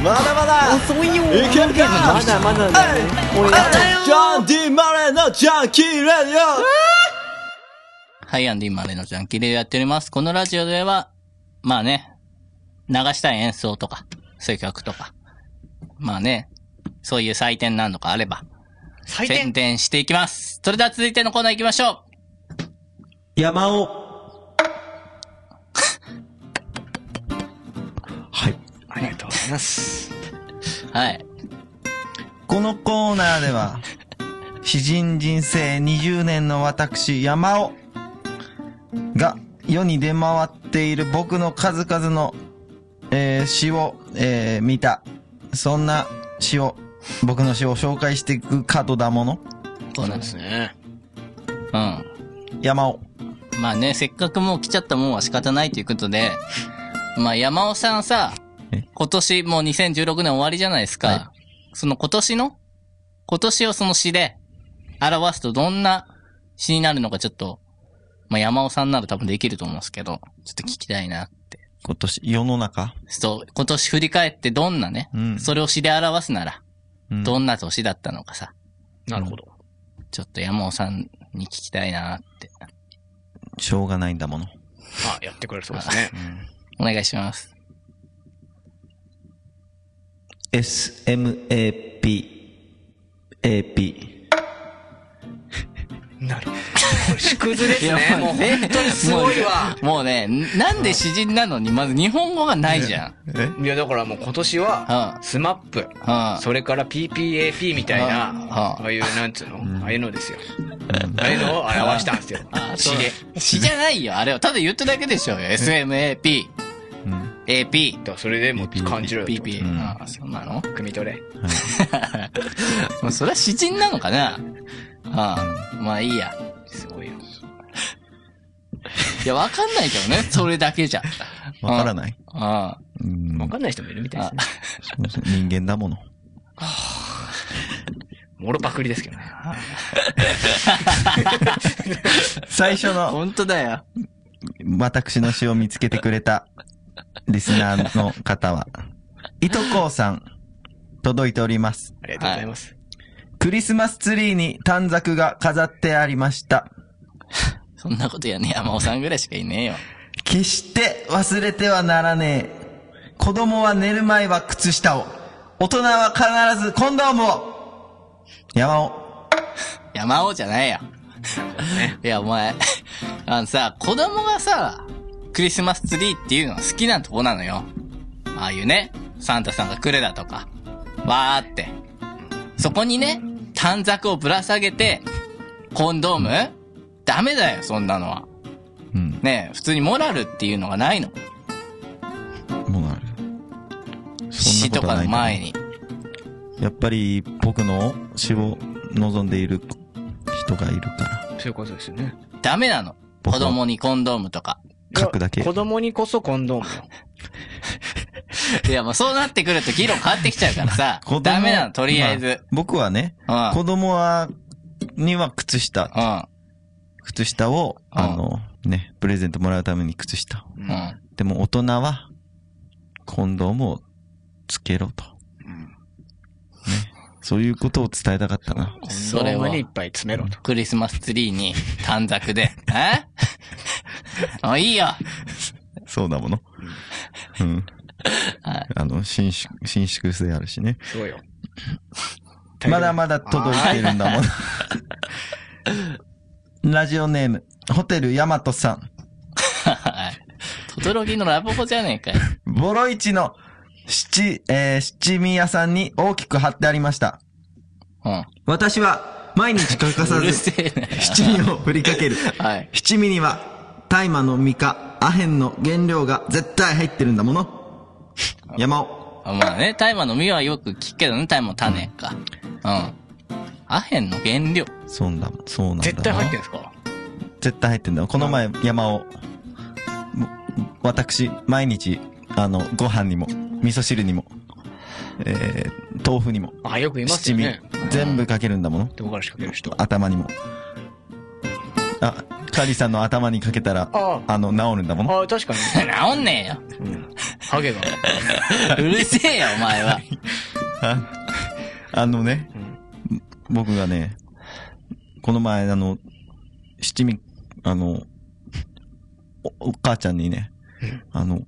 まだ遅いよいけるかまだまだだねおいやだよジャンディマレーのジャンキーレディオはい、アンディマレーのジャンキーレイやっております。このラジオでは、まあね、流したい演奏とか、そういう曲とか、まあね、そういう祭典なんとかあれば、採宣伝していきます。それでは続いてのコーナー行きましょう。山尾はい。ありがとうございます。はい。このコーナーで (laughs) は、詩人人生20年の私、山尾が世に出回っている僕の数々の、えー詩を、えー見た。そんな詩を、僕の詩を紹介していく角だもの。そうなんですね。うん。山尾。まあね、せっかくもう来ちゃったもんは仕方ないということで、まあ山尾さんさえ、今年もう2016年終わりじゃないですか。はその今年の、今年をその詩で表すとどんな詩になるのかちょっと、まあ山尾さんなら多分できると思うんですけど、ちょっと聞きたいな。今年、世の中。そう、今年振り返ってどんなね、うんそれを詩で表すなら、うんどんな年だったのかさ、なるほど。ちょっと山尾さんに聞きたいなって。しょうがないんだもの。あ、やってくれるそうですね。お願いします。 SMAP。AP。なるほど。これ縮図ですね。もうね本当にすごいわ。もうね、なんで詩人なのに、まず日本語がないじゃん。いや、だからもう今年うは、んスマップ、うんそれから PPAP みたいうんな、ああいう、なんつうのああいうのですよ。ああいうのを表したんで (laughs) すよ。詩詩で。で。詩じゃないよ、あれは。ただ言っただけでしょうよ。SMAP、AP、だからそれでもう感じる。 PP。あそうなの汲み取れ。もうそれは詩人なのかなああ、まあいいや。すごいよ。いや、わかんないけど (laughs) ね、それだけじゃ。わからない。ああ、うんわかんない人もいるみたいですね。そうそう人間だもの。もろパクリですけどね。最初の本当だよ。私の詩を見つけてくれたリスナーの方は、いとこうさん、届いております。ありがとうございます。クリスマスツリーに短冊が飾ってありました。そんなことやね、山尾さんぐらいしかいねえよ。決して忘れてはならねえ。子供は寝る前は靴下を。大人は必ずコンドームを。山尾。山尾じゃないよ。いや、お前、あのさ、子供がさ、クリスマスツリーっていうのは好きなとこなのよ。ああいうね、サンタさんが来るだとか、わーって。そこにね、短冊をぶら下げて、コンドームダメだよ、そんなのは。うん、ねえ普通にモラルっていうのがないの。もうある。死とかの前。に。やっぱり僕の詩を望んでいる人がいるから。そういうことですよね。ダメなの。子僕は供にコンドームとか。書くだけいや子供にこそコンドームよ。いや、もうそうなってくると議論変わってきちゃうからさ (laughs) 子供、ダメなの、とりあえず。ま僕はね、うん。子供は、には靴下。う靴下を、うんあの、ね、プレゼントもらうために靴下。ん。うん。でも大人は、コンドームをつけろと。ね。そういうことを伝えたかったな。それドームはにいっぱい詰めろと。クリスマスツリーに短冊で。 (laughs) えもういいよ (laughs) そうだもの。うん。はいあの、伸縮、伸縮性あるしね。すごいよ。まだまだ届いてるんだもの。 (laughs) ラジオネーム、ホテルヤマトさん。はい。トトロギのラボコじゃねえかよ。ボロ市の七、えー七味屋さんに大きく貼ってありました。うん。私は毎日欠かさうるずせえ (laughs) なよ。七味を振りかける。はい。七味には大麻の実かアヘンの原料が絶対入ってるんだもの。山尾。あまあね、大麻の実はよく聞くけどね、大麻の種か。うん。アヘンの原料。そうなんだ、そうなんだ。絶対入ってるんですか絶対入ってんだ。この前、山尾。も私、毎日、あの、ご飯にも、味噌汁にも、えー、豆腐にも、あ、よくいます七よ味ね。、全部かけるんだもの。唐辛子かける人。頭にも。あ、カリさんの頭にかけたら、ああの、治るんだもの。あ、確かに。治んねえハゲが。よ。うるせえよ、お前は。あのね、僕がね、この前、あの、七味、あの、お、お母ちゃんにね、あの、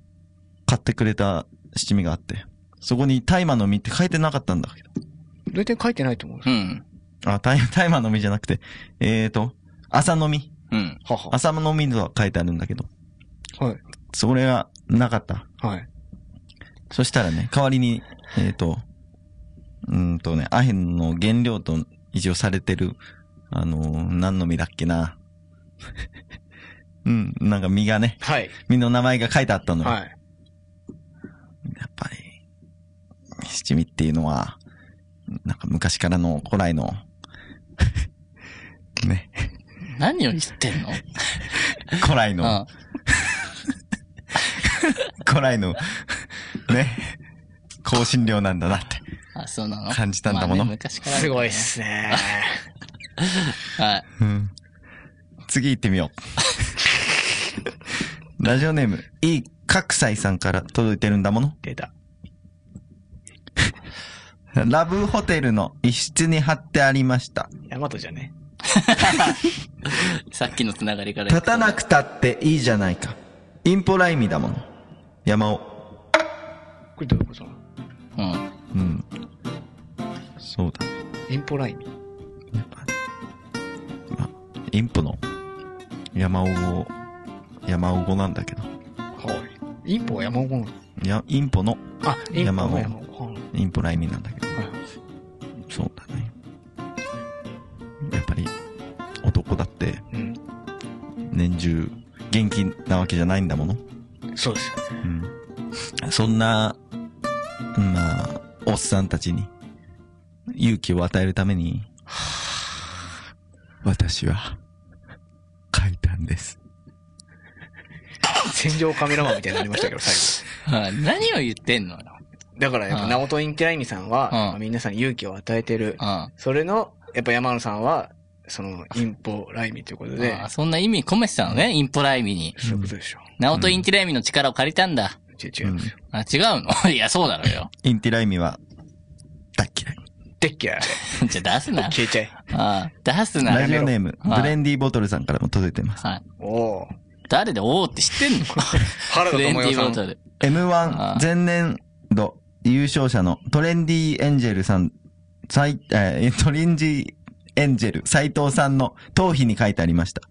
買ってくれた七味があって、そこに大麻の実って書いてなかったんだけど。全然書いてないと思う。うん。あ、大大麻の実じゃなくて、えーと、朝の実。うん。はは。朝の実とは書いてあるんだけど、はい。それがなかった。はい。そしたらね、代わりに、えっ、と、うーんとね、アヘンの原料と一応されてる、あのー何の実だっけな。 (laughs) うん、なんか実がね、はい。実の名前が書いてあったのよ。はい。やっぱり、七味っていうのは、なんか昔からの古来の、 (laughs) ね、何を言ってんの古来うの、ん。古来の、 (laughs) ね、香辛料なんだなって。あ、そうなの感じたんだものまあね昔からあするからね、ごいっすね。はい。うん次行ってみよう。 (laughs) ラジオネーム、いい角斎さんから届いてるんだもの。出た。 (laughs) ラブホテルの一室に貼ってありました。ヤマトじゃね。さっきのつながりから言立うと。たなくたっていいじゃないか。インポライミだもの。山尾。これどういうことなのうん。うん。そうだね。インポライン。やっぱねまあ、インポの山尾語、山尾語なんだけど。はい。インポは山本なのいや、インポのあ、インポ山は本山本。はいインポライミなんだけど。そうだね。やっぱり、男だって、うん。年中、元気なわけじゃないんだもの。そうです。うん。そんな、まあ、おっさんたちに、勇気を与えるために、私は、書いたんです。戦場カメラマンみたいになりましたけど、最後。はい何を言ってんのよ。だから、やっぱ、うんナオト・インティライミさんは、うんまあ皆さんに勇気を与えてるう。ん。それの、やっぱ山野さんは、その、インポライミということであ、そんな意味込めてたのね、インポライミに。そういうことでしょ。ナオトインティライミの力を借りたんだ。違う違うんですよ。あ、違うの (laughs) いや、そうだろうよ。インティライミは、大っ嫌い。でっきゃ、じゃあ出すな。消えちゃえ。あ出すな。ラジオネーム、はいブレンディボトルさんからも届いてます。はい。おお。誰でおーって知って (laughs) んの原田フレン智代ディさボん。トル。ああ M1 前年度優勝者のトレンディエンジェルさん、最、えートレンディエンジェル斎藤さんの頭皮に書いてありました。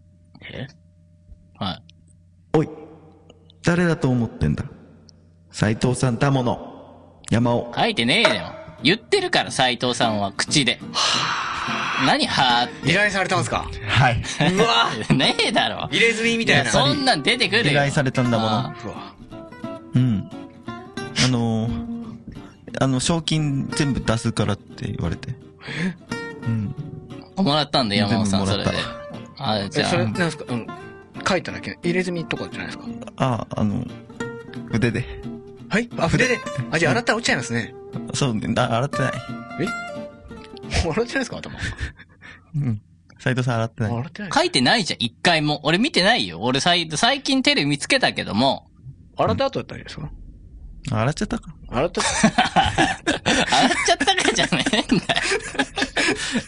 はい。おい、誰だと思ってんだ斎藤さんだもの。山尾。書いてねえよ。言ってるから、斎藤さんは口で。何は依頼されたんすかはい。うわーって。 (laughs) ねえだろ。入れ墨みいたいやな。そんなん出てくるよ。依頼されたんだものあうわ (laughs) うん。あのー、あの、賞金全部出すからって言われて。うん。あもらったんで、山本さ全ん、そ部もれらでった。あ、じえ、ゃそれ、なんすかうん。書いただけ入れ墨とかじゃないですかあ、あの、腕で。はいあ、筆で。あ、じゃあ洗ったら落ちちゃいますね。そうね、あ洗ってない。もう洗ってないですか (laughs) 頭。うん。斎藤さん洗ってない。洗ってない。書いてないじゃん、一回も。俺見てないよ。俺最最近テレビ見つけたけども。洗った後だったんじゃないですか洗っちゃったか。洗った、洗っちゃったかじゃねえんだよ。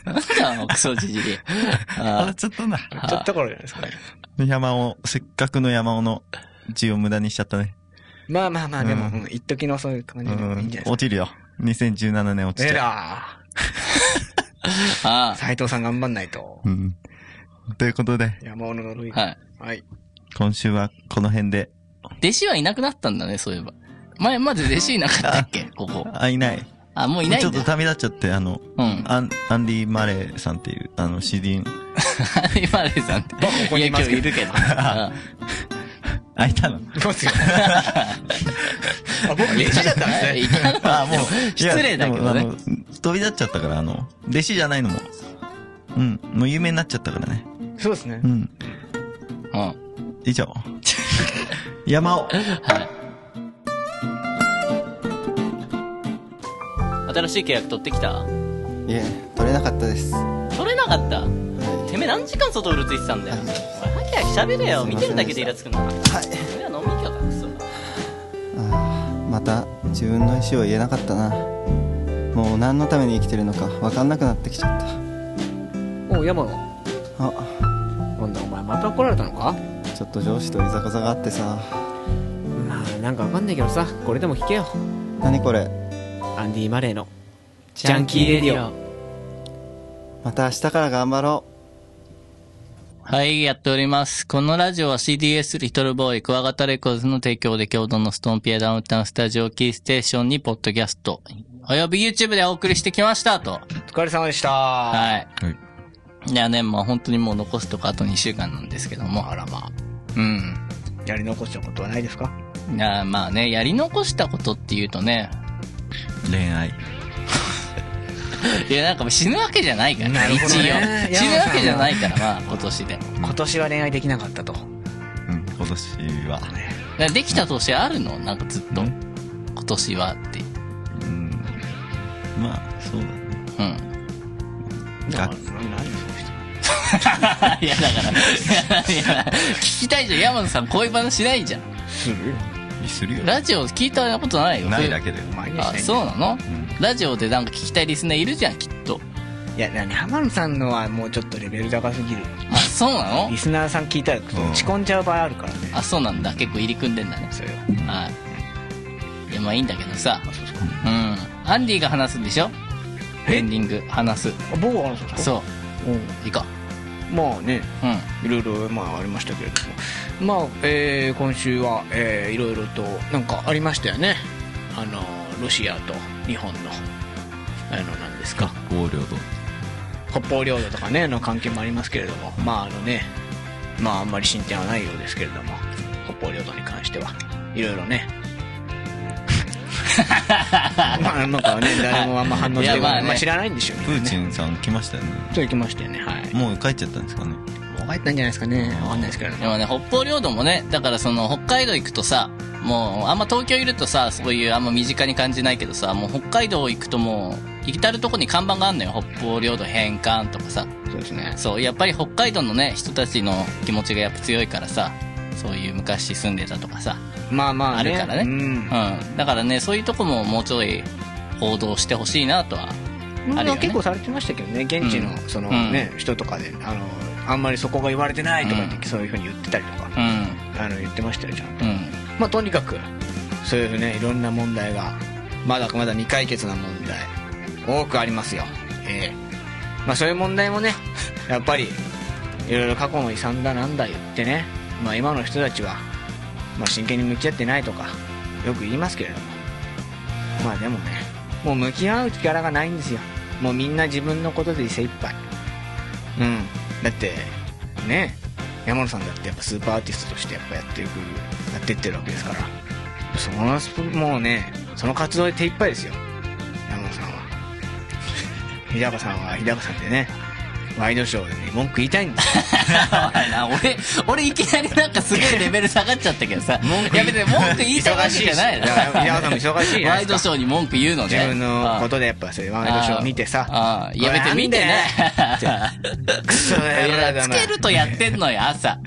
なんだあのクソじじり。洗あっちゃったんだ。洗っちゃったからじゃないですかね。山尾、せっかくの山尾の字を無駄にしちゃったね。まあまあまあ、うんでも、うん一時のそういう感うじでもいいんんじゃない。です落ちるよ。2017年落か。ちえちゃらー。あ斎藤さん頑張んないとう。。うん。ということで、山尾の呪い。あ。はい。はい。今週はこの辺で。弟子はいなくなったんだね、そういえば。前、まず弟子いなかったっけ (laughs) ここ。あ、いない。あ、もういないちょんっとだ。旅立っちゃって、あの、うん。アンアンディ・マレーさんっていう、あの、詩人、今でさんって。僕ここにいますけど。いや、今日いるけど。ああ、いた (laughs) のどうすよ。あ、僕、弟子だったんですね。いたのはでも失礼だけどいやでねも。あの飛び立っちゃったから、あの、弟子じゃないのも。うん。もう有名になっちゃったからね。そうですねう。ん。うん。以 (laughs) 上。山尾。新しい契約取ってきたいえ取れなかったですは取れなかった。いてめえ何時間外うるついてたんだよ。おいハキハキ喋れよ。見てるだけでイラつくな。てはいめえは飲み行きゃだ、クソ。あーまた自分の意思を言えなかったなもう何のために生きてるのか分かんなくなってきちゃっおう、山野。たあなんだ、お前また怒られたのかちょっと上司といざこざがあってさまあなんかわかんないけどさこれでも聞けよ何これアンディ・マレーのジャンキーレディオまた明日から頑張ろはい、やっております。このラジオは CDS リトルボーイクワガタレコーズの提供で共同のストンピアダウンタウンスタジオキーステーションにポッドキャスト、および YouTube でお送りしてきましたと。お疲れ様でした。はい。はい。いやね、まあ本当にもう残すとかあと2週間なんですけども。あらまあ。うん。やり残したことはないですかいやまあね、やり残したことっていうとね、 (laughs) 恋愛。いやなんかもう死ぬわけじゃないから、なるほどね一応。死ぬわけじゃないから、まあ今年で。今年は恋愛できなかったと。うん。今年は。だからできた年あるのなんかずっと。今年はって。うん。まあ、そうだね。うん。が (laughs) いや、だから、いや、いや聞きたいじゃん。山野さん、恋バナしないじゃん。するよ。ラジオ聞いたことないよ。ないだけだよ。毎あ、日そうなの、んラジオでなんか聞きたいリスナーいるじゃん、きっと。いや、なに浜野さんのはもうちょっとレベル高すぎる。あ、そうなのリスナーさん聞いたらん落ち込んじゃう場合あるからね。あ、そうなんだ。結構入り組んでんだね。そうよ。はい。いや、まあいいんだけどさ。あ、そうですうん。アンディが話すんでしょえエンディング、話す。か。僕はあるんですか。そううんう。いいか。まあね、うん。いろいろ、まあ、ありましたけれども。まあ、えー今週は、えーいろいろと、なんかありましたよね。あの、ロシアと日本の、あの、なんですか。合領と。北方領土とかねの関係もありますけれどもまああのねまああんまり進展はないようですけれども北方領土に関してはいろいろ (laughs) ねまあなんかね誰もあんま反応してないいやまあねまあ知らないんでしょうプみーんなチねンさん来ましたよね。と行きましたよねはいもう帰っちゃったんですかね。もう帰ったんじゃないですかねわかんないですけれどでももね、北方領土もね、だからその北海道行くとさ、もうあんま東京いるとさ、そういうあんま身近に感じないけどさ、もう北海道行くともう、至るとこに看板があんのよ。北方領土返還とかさ。そうですねそう、やっぱり北海道のね、人たちの気持ちがやっぱ強いからさ、そういう昔住んでたとかさ。まあまあねあるからねうんうん。だからね、そういうとこももうちょい報道してほしいなとは。あるよね結構されてましたけどね現地のそのね人とかであのあんまりそこが言われてないとか言ってそういうふうに言ってたりとかうん。あの言ってましたよちゃんとうん。まあ、とにかくそういうねいろんな問題がまだまだ未解決な問題多くありますよええまあそういう問題もね (laughs) やっぱりいろいろ過去の遺産だなんだ言ってねまあ今の人たちは、まあ、真剣に向き合ってないとかよく言いますけれどもまあでもねもう向き合う力がないんですよもうみんな自分のことで精一杯うんだってね山野さんだってやっぱスーパーアーティストとしてやっぱやっていくやってってるわけですからそのスポもうねその活動で手一杯ですよ山野さんは日高さんは日高さんでねワイドショーで文句言いたいんだよ (laughs) おいな俺、俺いきなりなんかすげえレベル下がっちゃったけどさ。いや別に文句言いたいわけじゃな忙いしいしいや皆さんも忙しいじゃないですかワイドショーに文句言うのね。自分のことで。でやっぱそういうワイドショー見てさああいや別に見てないなんでクソ野い郎だやなつけるとやってんのよ、朝。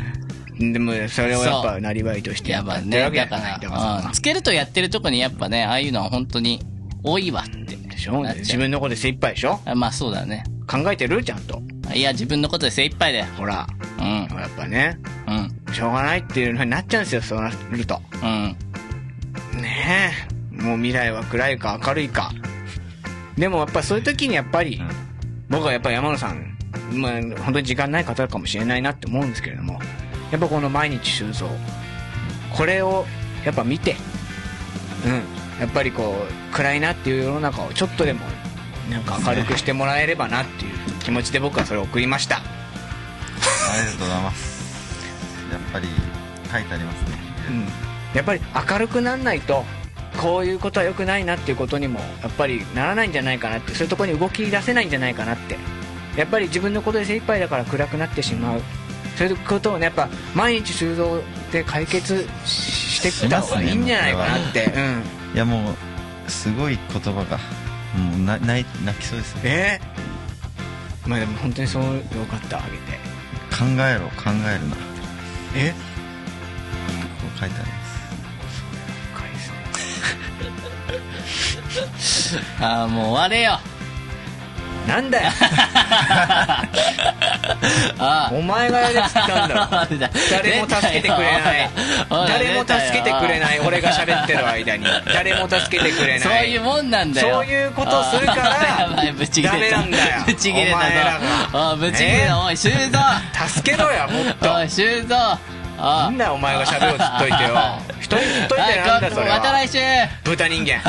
でもそれをやっぱなりわいとしてややっぱばやいってるね。わけじだゃないかんだからら、うんつけるとやってるとこにやっぱね、ああいうのは本当に多いわって。でしょなっちゃう自分のことで精一杯でしょあまあそうだね。考えてるちゃんといや、自分のことで精一杯だよ。ほらうん。やっぱねうん。しょうがないっていうのになっちゃうんですよそうなるとうん。ねえもう未来は暗いか明るいかでもやっぱそういう時にやっぱり、うん僕はやっぱ山野さん、まあ、本当に時間ない方かもしれないなって思うんですけれどもやっぱこの毎日収蔵これをやっぱ見てうんやっぱりこう暗いなっていう世の中をちょっとでもなんか明るくしてもらえればなっていう気持ちで僕はそれを送りましたありがとうございます。やっぱり、書いてありますね。うん、やっぱり明るくなんないとこういうことは良くないなっていうことにもやっぱりならないんじゃないかなってそういうところに動き出せないんじゃないかなってやっぱり自分のことで精一杯だから暗くなってしまうそういうことをねやっぱ毎日修造で解決ししてきた方がいいんじゃないかなって、うん、いや、もう、すごい言葉が、もう、な、ない、泣きそうですね。えーまあでも本当にそうよかったあげて考えろ、考えるな。こうえ書いてあります。ああ、もう終われよ。なん (laughs) だよお前がやれっつった (laughs) んだろ誰も助けてくれない誰も助けてくれない俺が喋ってる間に誰も助けてくれないそういうもんなんだよそういうことするからあ (laughs) ーやばいブチギレたダメなんだよブチギレたぞお前らがあーブチギレねたおい修造助けろやもっ (laughs) とおい修造なあんだよお (laughs) 前が喋るをずっといてよ一人ずっといてなんだそれまたは来週豚人間